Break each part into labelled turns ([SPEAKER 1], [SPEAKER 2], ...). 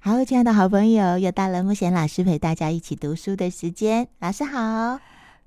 [SPEAKER 1] 好，亲爱的好朋友，又到了木贤老师陪大家一起读书的时间。老师
[SPEAKER 2] 哎
[SPEAKER 1] 好，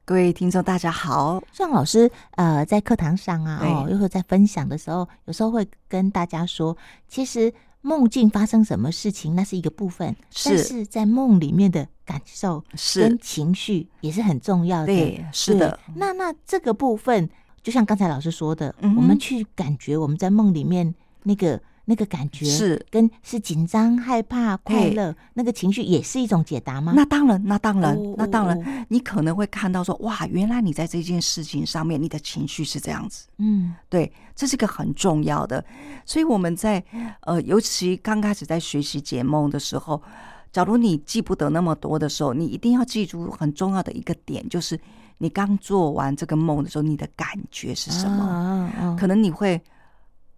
[SPEAKER 2] 各位听众大家好，
[SPEAKER 1] 像老师呃在课堂上啊，
[SPEAKER 2] 对
[SPEAKER 1] 哦，又或在分享的时候，有时候会跟大家说，其实梦境发生什么事情那是一个部分，但
[SPEAKER 2] 是
[SPEAKER 1] 是在梦里面的感受跟
[SPEAKER 2] 是，
[SPEAKER 1] 情绪也是很重要的。
[SPEAKER 2] 对，是的，
[SPEAKER 1] 对那那这个部分，就像刚才老师说的，
[SPEAKER 2] 嗯哼
[SPEAKER 1] 我们去感觉我们在梦里面那个那个感觉，
[SPEAKER 2] 是。
[SPEAKER 1] 跟是紧张、害怕、快
[SPEAKER 2] 对
[SPEAKER 1] 乐那个情绪，也是一种解答吗？
[SPEAKER 2] 那当然，那当然
[SPEAKER 1] 哦，
[SPEAKER 2] 那当
[SPEAKER 1] 哦
[SPEAKER 2] 然，你可能会看到说，哇，原来你在这件事情上面，你的情绪是这样子。
[SPEAKER 1] 嗯，
[SPEAKER 2] 对，这是一个很重要的。所以我们在呃，尤其刚开始在学习解梦的时候，假如你记不得那么多的时候，你一定要记住很重要的一个点，就是你刚做完这个梦的时候，你的感觉是什么？
[SPEAKER 1] 啊啊啊
[SPEAKER 2] 可能你会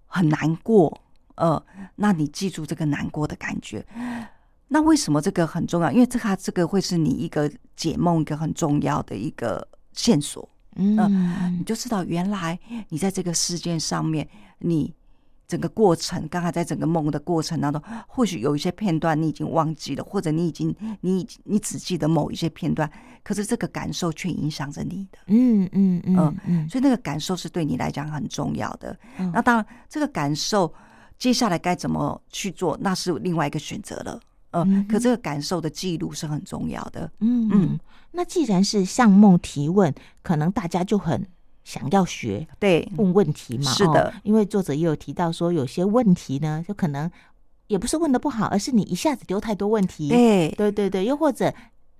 [SPEAKER 2] 很难过，呃，那你记住这个难过的感觉。那为什么这个很重要？因为这它这个会是你一个解梦一个很重要的一个线索。你
[SPEAKER 1] 嗯，
[SPEAKER 2] 就知道原来你在这个事件上面，你整个过程，刚才在整个梦的过程当中，或许有一些片段你已经忘记了，或者你已经你已经你只记得某一些片段，可是这个感受却影响着你的。
[SPEAKER 1] 嗯嗯嗯
[SPEAKER 2] 呃
[SPEAKER 1] 嗯，
[SPEAKER 2] 所以那个感受是对你来讲很重要的。
[SPEAKER 1] 嗯
[SPEAKER 2] 那当然，这个感受接下来该怎么去做，那是另外一个选择了。呃，
[SPEAKER 1] 嗯哼
[SPEAKER 2] 可这个感受的记录是很重要的。
[SPEAKER 1] 嗯嗯
[SPEAKER 2] 嗯。
[SPEAKER 1] 那既然是向梦提问，可能大家就很想要学
[SPEAKER 2] 对，
[SPEAKER 1] 问问题嘛。
[SPEAKER 2] 嗯是的
[SPEAKER 1] 哦，因为作者也有提到说，有些问题呢，就可能也不是问的不好，而是你一下子丢太多问题。
[SPEAKER 2] 对，
[SPEAKER 1] 对对对，又或者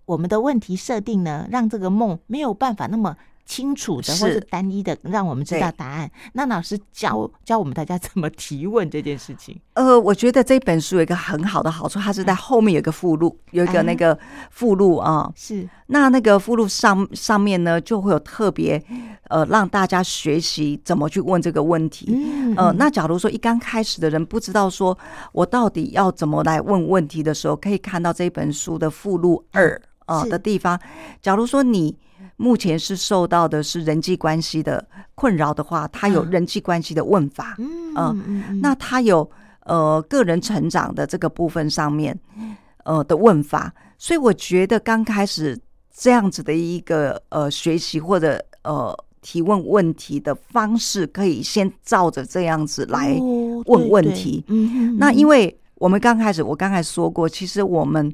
[SPEAKER 1] 我们的问题设定呢，让这个梦没有办法那么清楚的，
[SPEAKER 2] 是
[SPEAKER 1] 或是单一的，让我们知道答案。那老师教教我们大家 怎么提问这件事情。
[SPEAKER 2] 呃，我觉得这本书有一个很好的好处，它是在后面有一个附录，有一个那个
[SPEAKER 1] 哎
[SPEAKER 2] 附录啊。
[SPEAKER 1] 是，
[SPEAKER 2] 那那个附录上上面呢，就会有特别呃让大家学习怎么去问这个问题。
[SPEAKER 1] 嗯
[SPEAKER 2] 呃，那假如说一刚开始的人不知道说我到底要怎么来问问题的时候，可以看到这本书的附录二啊
[SPEAKER 1] 嗯是
[SPEAKER 2] 的地方。假如说你目前是受到的是人际关系的困扰的话，它有
[SPEAKER 1] 嗯
[SPEAKER 2] 人际关系的问法。
[SPEAKER 1] 嗯
[SPEAKER 2] 呃
[SPEAKER 1] 嗯嗯
[SPEAKER 2] 那他有呃个人成长的这个部分上面，
[SPEAKER 1] 嗯
[SPEAKER 2] 呃的问法，所以我觉得刚开始这样子的一个呃学习或者呃提问问题的方式，可以先照着这样子来。
[SPEAKER 1] 哦
[SPEAKER 2] 问
[SPEAKER 1] 对
[SPEAKER 2] 问
[SPEAKER 1] 对
[SPEAKER 2] 题
[SPEAKER 1] 嗯
[SPEAKER 2] 那因
[SPEAKER 1] 为
[SPEAKER 2] 为我们刚开始，我刚才说过，其实我们。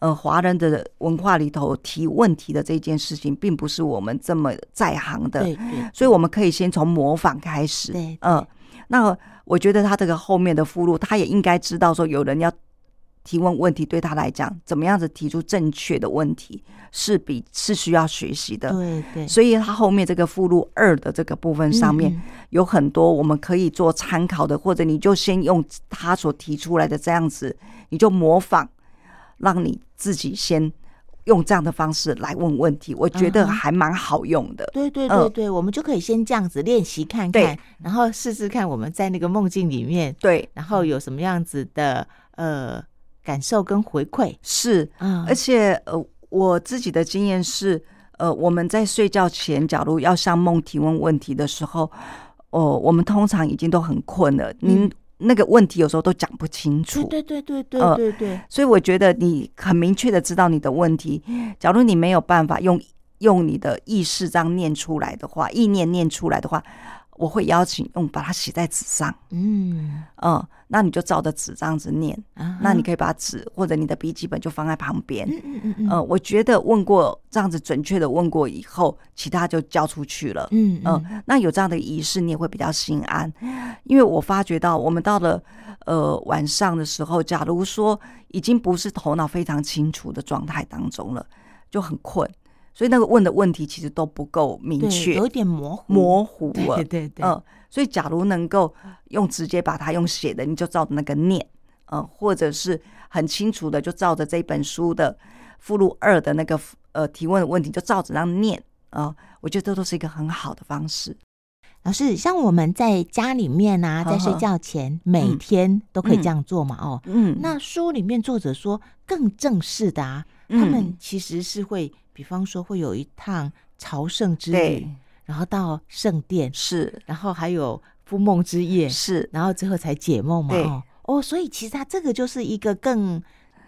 [SPEAKER 2] 呃，华人的文化里头提问题的这件事情，并不是我们这么在行的。
[SPEAKER 1] 对对
[SPEAKER 2] 所以我们可以先从模仿开始。
[SPEAKER 1] 对对
[SPEAKER 2] 嗯、那我觉得他这个后面的附录，他也应该知道说有人要提问问题，对他来讲，怎么样子提出正确的问题是比是需要学习的。
[SPEAKER 1] 对对，
[SPEAKER 2] 所以他后面这个附录二的这个部分上面
[SPEAKER 1] 嗯
[SPEAKER 2] 有很多我们可以做参考的，或者你就先用他所提出来的这样子，你就模仿，让你自己先用这样的方式来问问题，我觉
[SPEAKER 1] 嗯
[SPEAKER 2] 得
[SPEAKER 1] 哼
[SPEAKER 2] 还蛮好用的。
[SPEAKER 1] 对对
[SPEAKER 2] 嗯
[SPEAKER 1] 对对，我们就可以先这样子练习看看
[SPEAKER 2] 对，
[SPEAKER 1] 然后试试看我们在那个梦境里面，
[SPEAKER 2] 对，
[SPEAKER 1] 然后有什么样子的呃感受跟回馈
[SPEAKER 2] 是，
[SPEAKER 1] 啊
[SPEAKER 2] 而且呃，我自己的经验是，呃，我们在睡觉前，假如要向梦提问问题的时候，哦、我们通常已经都很困了，您、那个问题有时候都讲不清楚。
[SPEAKER 1] 对对对对对
[SPEAKER 2] 呃
[SPEAKER 1] 对对，
[SPEAKER 2] 所以我觉得你很明确的知道你的问题，假如你没有办法用用你的意识这样念出来的话，意念念出来的话，我会邀请用把它写在纸上，
[SPEAKER 1] 嗯，
[SPEAKER 2] 嗯，那你就照着纸这样子念，
[SPEAKER 1] 啊
[SPEAKER 2] 那你可以把纸或者你的笔记本就放在旁边，
[SPEAKER 1] 嗯嗯嗯嗯
[SPEAKER 2] 呃，我觉得问过这样子准确的问过以后，其他就交出去了。
[SPEAKER 1] 嗯
[SPEAKER 2] 嗯、
[SPEAKER 1] 嗯
[SPEAKER 2] 那有这样的仪式，你也会比较心安，因为我发觉到我们到了呃晚上的时候，假如说已经不是头脑非常清楚的状态当中了，就很困，所以那个问的问题其实都不够明
[SPEAKER 1] 对，
[SPEAKER 2] 确
[SPEAKER 1] 有，点模糊，
[SPEAKER 2] 模糊了。
[SPEAKER 1] 对对对，
[SPEAKER 2] 嗯，所以假如能够用直接把它用写的，你就照着那个念，嗯，或者是很清楚的就照着这本书的附录二的那个呃提问的问题，就照着那样念啊、我觉得这都是一个很好的方式。
[SPEAKER 1] 老师，像我们在家里面啊，
[SPEAKER 2] 呵
[SPEAKER 1] 在睡
[SPEAKER 2] 呵
[SPEAKER 1] 觉前每天都可以这样做嘛，哦。
[SPEAKER 2] 嗯，
[SPEAKER 1] 那书里面作者说更正式的啊，
[SPEAKER 2] 嗯
[SPEAKER 1] 他们其实是会，比方说会有一趟朝圣之旅
[SPEAKER 2] 对，
[SPEAKER 1] 然后到圣殿，
[SPEAKER 2] 是
[SPEAKER 1] 然后还有敷梦之夜，
[SPEAKER 2] 是
[SPEAKER 1] 然后最后才解梦嘛，
[SPEAKER 2] 对
[SPEAKER 1] 哦。哦，所以其实它这个就是一个更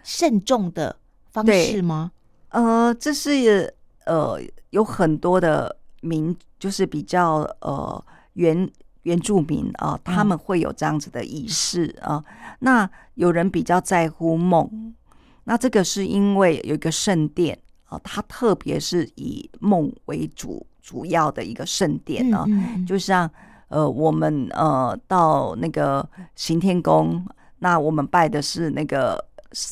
[SPEAKER 1] 慎重的方式吗？
[SPEAKER 2] 呃，这是呃有很多的民，就是比较呃原原住民啊、呃
[SPEAKER 1] 嗯
[SPEAKER 2] 他们会有这样子的仪式啊、呃那有人比较在乎梦，那这个是因为有一个圣殿啊、呃它特别是以梦为主主要的一个圣殿啊、
[SPEAKER 1] 嗯
[SPEAKER 2] 就像呃，我们呃到那个行天宫，那我们拜的是那个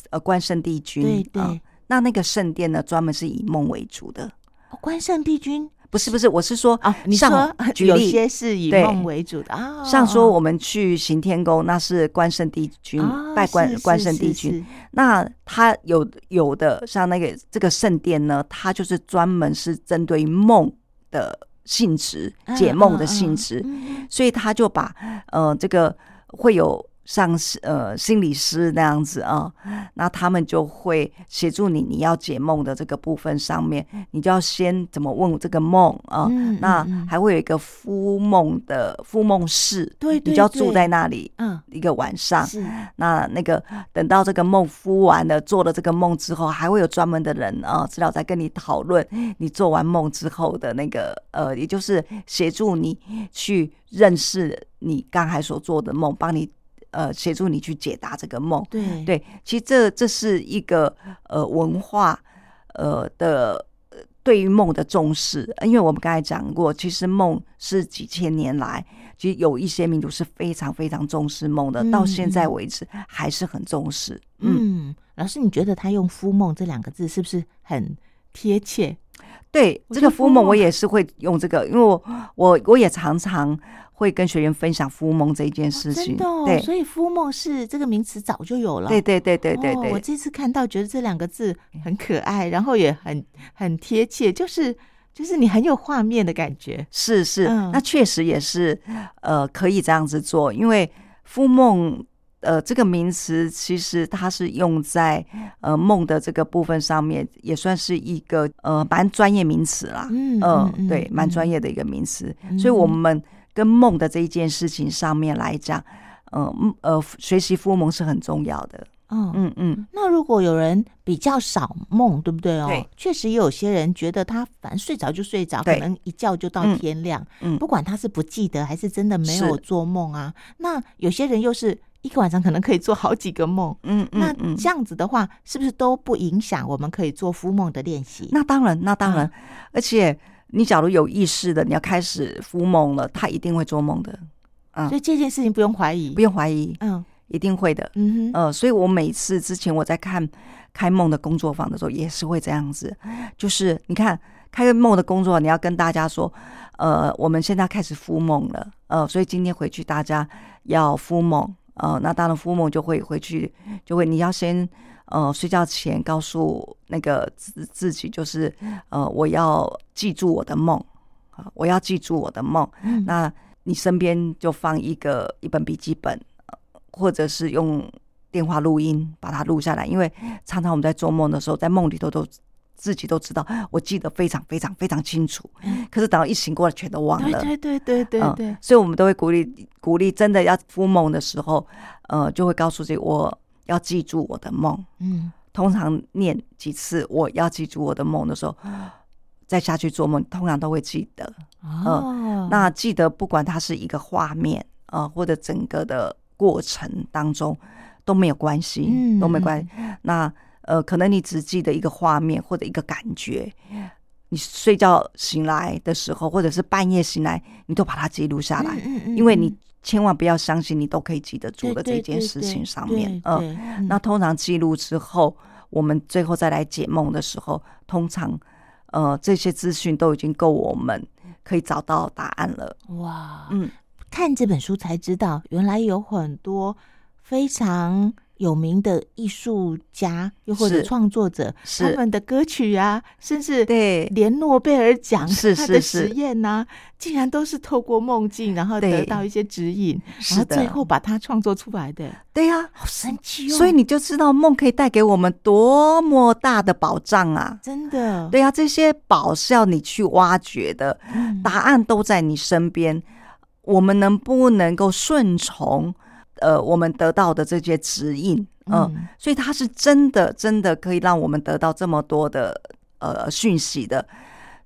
[SPEAKER 2] 呃关圣帝君，
[SPEAKER 1] 对
[SPEAKER 2] 啊
[SPEAKER 1] 对，
[SPEAKER 2] 那那个圣殿呢，专门是以梦为主的，
[SPEAKER 1] 哦关圣帝君
[SPEAKER 2] 不是不是，我是说
[SPEAKER 1] 啊，你
[SPEAKER 2] 像
[SPEAKER 1] 说
[SPEAKER 2] 我哦举
[SPEAKER 1] 有
[SPEAKER 2] 例，
[SPEAKER 1] 些是以
[SPEAKER 2] 对
[SPEAKER 1] 梦为主的啊，
[SPEAKER 2] 像说
[SPEAKER 1] 哦
[SPEAKER 2] 我们去行天宫，那是关圣帝君、
[SPEAKER 1] 哦
[SPEAKER 2] 拜关
[SPEAKER 1] 是
[SPEAKER 2] 关
[SPEAKER 1] 是
[SPEAKER 2] 圣
[SPEAKER 1] 是
[SPEAKER 2] 帝君，
[SPEAKER 1] 是
[SPEAKER 2] 那它有有的像那个这个圣殿呢，它就是专门是针对于梦的性质
[SPEAKER 1] 嗯
[SPEAKER 2] 解梦的
[SPEAKER 1] 嗯
[SPEAKER 2] 性
[SPEAKER 1] 嗯
[SPEAKER 2] 质，
[SPEAKER 1] 嗯
[SPEAKER 2] 所以他就把呃这个会有上师呃心理师那样子啊，那他们就会协助你，你要解梦的这个部分上面，你就要先怎么问这个梦啊。
[SPEAKER 1] 嗯
[SPEAKER 2] 那
[SPEAKER 1] 嗯嗯
[SPEAKER 2] 还会有一个敷梦的敷梦室，
[SPEAKER 1] 对对
[SPEAKER 2] 你就要
[SPEAKER 1] 对
[SPEAKER 2] 住在那里
[SPEAKER 1] 嗯
[SPEAKER 2] 一个晚上。
[SPEAKER 1] 是
[SPEAKER 2] 哦那啊那个等到这个梦敷完了，做了这个梦之后，还会有专门的人啊，治疗在跟你讨论你做完梦之后的那个呃，也就是协助你去认识你刚才所做的梦，帮你呃协助你去解答这个梦。
[SPEAKER 1] 对
[SPEAKER 2] 对，其实这这是一个呃文化呃的。呃对于梦的重视，呃因为我们刚才讲过，其实梦是几千年来，其实有一些民族是非常非常重视梦的，
[SPEAKER 1] 嗯
[SPEAKER 2] 到现在
[SPEAKER 1] 嗯
[SPEAKER 2] 为止还是很重视。嗯，
[SPEAKER 1] 嗯，老师，你觉得他用“敷梦”这两个字是不是很贴切？
[SPEAKER 2] 对，
[SPEAKER 1] 我
[SPEAKER 2] 这
[SPEAKER 1] 觉
[SPEAKER 2] 个
[SPEAKER 1] 得
[SPEAKER 2] 敷
[SPEAKER 1] 敷
[SPEAKER 2] 梦
[SPEAKER 1] 梦
[SPEAKER 2] 我也是会用这个，因为我我我也常常会跟学员分享敷梦这一件事情。
[SPEAKER 1] 真的、哦，
[SPEAKER 2] 对
[SPEAKER 1] 所以“敷梦”是这个名词早就有了。
[SPEAKER 2] 对对对对对
[SPEAKER 1] 哦我
[SPEAKER 2] 对，嗯
[SPEAKER 1] 这次看到觉得这两个字很可爱，然后也很很贴切，就是就是你很有画面的感觉。
[SPEAKER 2] 是是，
[SPEAKER 1] 嗯
[SPEAKER 2] 那确实也是，呃，可以这样子做，因为敷梦。呃，这个名词其实它是用在呃梦的这个部分上面，也算是一个呃蛮专业名词啦。
[SPEAKER 1] 嗯
[SPEAKER 2] 呃
[SPEAKER 1] 嗯，
[SPEAKER 2] 对，蛮专
[SPEAKER 1] 业。
[SPEAKER 2] 业的一个名词。
[SPEAKER 1] 嗯
[SPEAKER 2] 所以，我们跟梦的这一件事情上面来讲，呃嗯呃，学习复蒙是很重要的。
[SPEAKER 1] 嗯
[SPEAKER 2] 嗯嗯，
[SPEAKER 1] 那如果有人比较少梦，对不对哦？
[SPEAKER 2] 对
[SPEAKER 1] 确实也有些人觉得他反正睡着就睡着，可
[SPEAKER 2] 对
[SPEAKER 1] 能一觉就到
[SPEAKER 2] 嗯
[SPEAKER 1] 天亮。
[SPEAKER 2] 嗯
[SPEAKER 1] 不管他是不记得还是真的没有
[SPEAKER 2] 是
[SPEAKER 1] 做梦啊。那有些人又是一个晚上可能可以做好几个梦。
[SPEAKER 2] 嗯
[SPEAKER 1] 那
[SPEAKER 2] 嗯嗯
[SPEAKER 1] 这。样子的话，是不是都不影响我们可以做敷梦的练习？
[SPEAKER 2] 那当然，那当然，
[SPEAKER 1] 嗯
[SPEAKER 2] 而且你假如有意识的，你要开始敷梦了，他一定会做梦的，
[SPEAKER 1] 所以这件事情不用怀疑。
[SPEAKER 2] 不用怀疑，
[SPEAKER 1] 嗯
[SPEAKER 2] 一定会的。
[SPEAKER 1] 嗯哼，
[SPEAKER 2] 呃，所以我每次之前我在看开梦的工作坊的时候，也是会这样子，就是你看开梦的工作坊，你要跟大家说，呃，我们现在开始敷梦了，呃，所以今天回去大家要敷梦，呃，那当然敷梦就会回去，就会你要先。呃，睡觉前告诉那个自自己，就是呃，我要记住我的梦，啊，我要记住我的梦。
[SPEAKER 1] 嗯
[SPEAKER 2] 那你身边就放一个一本笔记本，呃或者是用电话录音把它录下来，因为常常我们在做梦的时候，在梦里头都自己都知道，我记得非常非常非常清楚，可是等到一醒过来全都忘了。
[SPEAKER 1] 嗯对对对对对
[SPEAKER 2] 呃嗯
[SPEAKER 1] 对，
[SPEAKER 2] 所以我们都会鼓励鼓励，真的要敷梦的时候，呃，就会告诉自己我要记住我的梦。
[SPEAKER 1] 嗯，
[SPEAKER 2] 通常念几次我要记住我的梦的时候，再下去做梦，通常都会记得。
[SPEAKER 1] 哦，
[SPEAKER 2] 嗯那记得，不管它是一个画面啊、呃或者整个的过程当中都没有关系，
[SPEAKER 1] 嗯
[SPEAKER 2] 都没关系。那呃，可能你只记得一个画面或者一个感觉，你睡觉醒来的时候，或者是半夜醒来，你都把它记录下来，
[SPEAKER 1] 嗯嗯
[SPEAKER 2] 因为你千万不要相信你都可以记得住的这件事情上面。
[SPEAKER 1] 嗯
[SPEAKER 2] 嗯、
[SPEAKER 1] 对对对对对，对
[SPEAKER 2] 那通常记录之后，我们最后再来解梦的时候，通常呃这些资讯都已经够我们可以找到答案了。
[SPEAKER 1] 嗯哇，
[SPEAKER 2] 嗯，
[SPEAKER 1] 看这本书才知道，原来有很多非常有名的艺术家，又或者
[SPEAKER 2] 是
[SPEAKER 1] 创作者，他
[SPEAKER 2] 是，
[SPEAKER 1] 们的歌曲啊，甚至
[SPEAKER 2] 对
[SPEAKER 1] 连诺贝尔奖
[SPEAKER 2] 是
[SPEAKER 1] 他
[SPEAKER 2] 是
[SPEAKER 1] 的
[SPEAKER 2] 是
[SPEAKER 1] 实验呐、竟然都是透过梦境，然后得
[SPEAKER 2] 对
[SPEAKER 1] 到一些指引，然
[SPEAKER 2] 是
[SPEAKER 1] 后最
[SPEAKER 2] 的，
[SPEAKER 1] 后把它创作出来的，
[SPEAKER 2] 对呀、
[SPEAKER 1] 好神奇哦！
[SPEAKER 2] 所以你就知道梦可以带给我们多么大的保障啊！
[SPEAKER 1] 真的，
[SPEAKER 2] 对呀、这些宝是要你去挖掘的，
[SPEAKER 1] 嗯
[SPEAKER 2] 答案都在你身边。我们能不能够顺从呃我们得到的这些指引
[SPEAKER 1] 嗯
[SPEAKER 2] 所以它是真的真的可以让我们得到这么多的呃讯息的。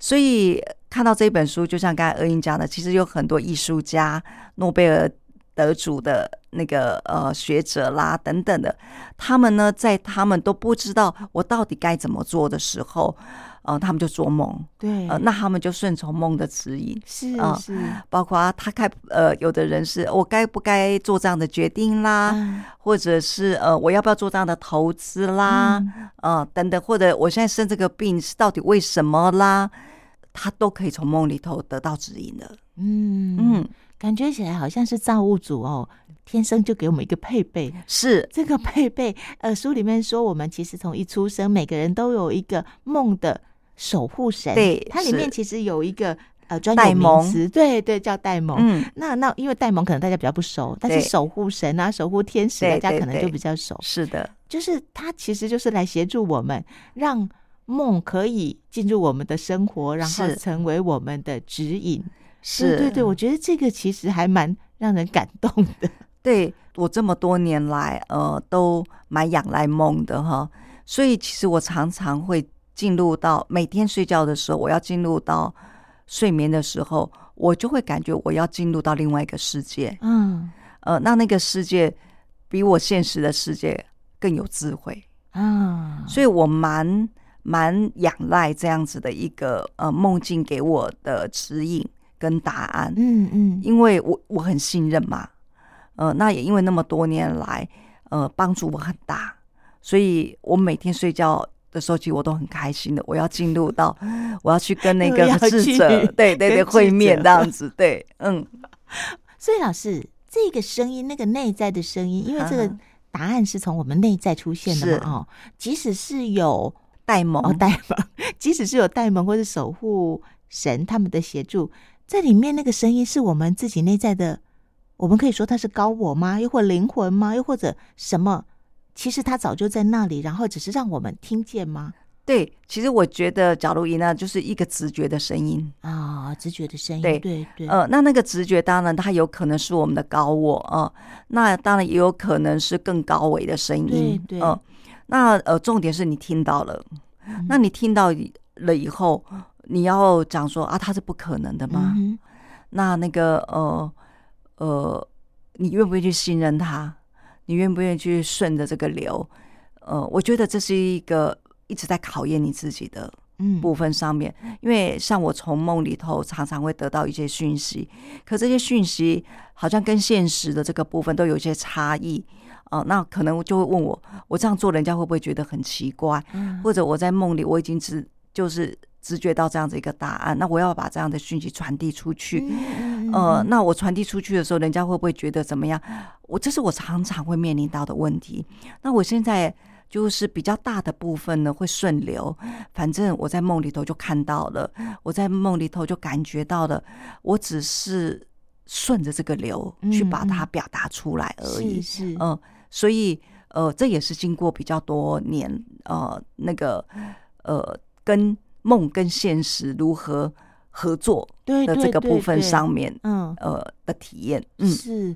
[SPEAKER 2] 所以看到这本书，就像刚才恩英讲的，其实有很多艺术家、诺贝尔得主的那个呃学者啦等等的，他们呢在他们都不知道我到底该怎么做的时候，呃，他们就做梦，
[SPEAKER 1] 对，
[SPEAKER 2] 呃，那他们就顺从梦的指引，
[SPEAKER 1] 是
[SPEAKER 2] 啊
[SPEAKER 1] 是
[SPEAKER 2] 包括他该呃，有的人是我该不该做这样的决定啦，
[SPEAKER 1] 嗯
[SPEAKER 2] 或者是呃，我要不要做这样的投资
[SPEAKER 1] 嗯
[SPEAKER 2] 啦，呃，等等，或者我现在生这个病是到底为什么啦，他都可以从梦里头得到指引的。
[SPEAKER 1] 嗯嗯，
[SPEAKER 2] 嗯，
[SPEAKER 1] 感觉起来好像是造物主哦，天生就给我们一个配备。
[SPEAKER 2] 是
[SPEAKER 1] 这个配备，呃，书里面说我们其实从一出生，每个人都有一个梦的守护神。
[SPEAKER 2] 对
[SPEAKER 1] 它里面
[SPEAKER 2] 是
[SPEAKER 1] 其实有一个呃专
[SPEAKER 2] 戴
[SPEAKER 1] 有名
[SPEAKER 2] 蒙
[SPEAKER 1] 词，对对，叫戴蒙。
[SPEAKER 2] 嗯，
[SPEAKER 1] 那那因为戴蒙可能大家比较不熟，但是
[SPEAKER 2] 对
[SPEAKER 1] 守护神啊、守护天使，大
[SPEAKER 2] 对
[SPEAKER 1] 家
[SPEAKER 2] 对
[SPEAKER 1] 可能就
[SPEAKER 2] 对
[SPEAKER 1] 比较熟。
[SPEAKER 2] 是的，
[SPEAKER 1] 就是它其实就是来协助我们，让梦可以进入我们的生活，然后
[SPEAKER 2] 是
[SPEAKER 1] 成为我们的指引。
[SPEAKER 2] 是，
[SPEAKER 1] 对对对，我觉得这个其实还蛮让人感动的。
[SPEAKER 2] 对我这么多年来，呃，都蛮仰赖梦的哈，所以其实我常常会进入到每天睡觉的时候，我要进入到睡眠的时候，我就会感觉我要进入到另外一个世界，
[SPEAKER 1] 嗯
[SPEAKER 2] 呃，那那个世界比我现实的世界更有智慧，
[SPEAKER 1] 啊，
[SPEAKER 2] 所以我蛮蛮仰赖这样子的一个呃梦境给我的指引跟答案。
[SPEAKER 1] 嗯嗯
[SPEAKER 2] 因为我我很信任嘛，呃，那也因为那么多年来，呃，帮助我很大，所以我每天睡觉的时候，其实我都很开心的。我要进 入到，我要去跟那
[SPEAKER 1] 又要
[SPEAKER 2] 个
[SPEAKER 1] 去
[SPEAKER 2] 智者，对对
[SPEAKER 1] 跟
[SPEAKER 2] 对，
[SPEAKER 1] 智
[SPEAKER 2] 会面
[SPEAKER 1] 者
[SPEAKER 2] 这样子，对，嗯，
[SPEAKER 1] 所以老师，这个声音，那个内在的声音，因为这个
[SPEAKER 2] 嗯
[SPEAKER 1] 答案是从我们内在出现的
[SPEAKER 2] 是
[SPEAKER 1] 嘛，哦，即使是有
[SPEAKER 2] 戴蒙，
[SPEAKER 1] 哦戴蒙，即使是有戴蒙或者守护神他们的协助，在里面那个声音是我们自己内在的，我们可以说它是高我吗？又或灵魂吗？又或者什么？其实它早就在那里，然后只是让我们听见吗？
[SPEAKER 2] 对，其实我觉得，假如一呢，就是一个直觉的声音，
[SPEAKER 1] 啊、直觉的声音，
[SPEAKER 2] 对
[SPEAKER 1] 对对，
[SPEAKER 2] 呃，那那个直觉当然它有可能是我们的高我啊、呃那当然也有可能是更高维的声音，
[SPEAKER 1] 对对
[SPEAKER 2] 呃那呃，重点是你听到了，
[SPEAKER 1] 嗯
[SPEAKER 2] 那你听到以了以后，你要讲说啊，它是不可能的吗？
[SPEAKER 1] 嗯哼
[SPEAKER 2] 那那个呃呃，你愿不愿意去信任它？你愿不愿意去顺着这个流？呃，我觉得这是一个一直在考验你自己的
[SPEAKER 1] 嗯，
[SPEAKER 2] 部分上面，因为像我从梦里头常常会得到一些讯息，可这些讯息好像跟现实的这个部分都有一些差异。哦、那可能就会问我，我这样做人家会不会觉得很奇怪？
[SPEAKER 1] 嗯
[SPEAKER 2] 或者我在梦里我已经知就是直觉到这样子一个答案，那我要把这样的讯息传递出去。
[SPEAKER 1] 嗯嗯
[SPEAKER 2] 呃，
[SPEAKER 1] 嗯
[SPEAKER 2] 那我传递出去的时候，人家会不会觉得怎么样？我这是我常常会面临到的问题。那我现在就是比较大的部分呢，会顺流。反正我在梦里头就看到了，我在梦里头就感觉到了，我只是顺着这个流去把它表达出来而已
[SPEAKER 1] 嗯是。是，
[SPEAKER 2] 嗯、所以呃，这也是经过比较多年呃那个呃跟梦跟现实如何合作
[SPEAKER 1] 对
[SPEAKER 2] 的这
[SPEAKER 1] 对
[SPEAKER 2] 个
[SPEAKER 1] 对
[SPEAKER 2] 部分
[SPEAKER 1] 对
[SPEAKER 2] 上面。
[SPEAKER 1] 嗯，
[SPEAKER 2] 呃的体验。嗯，
[SPEAKER 1] 是，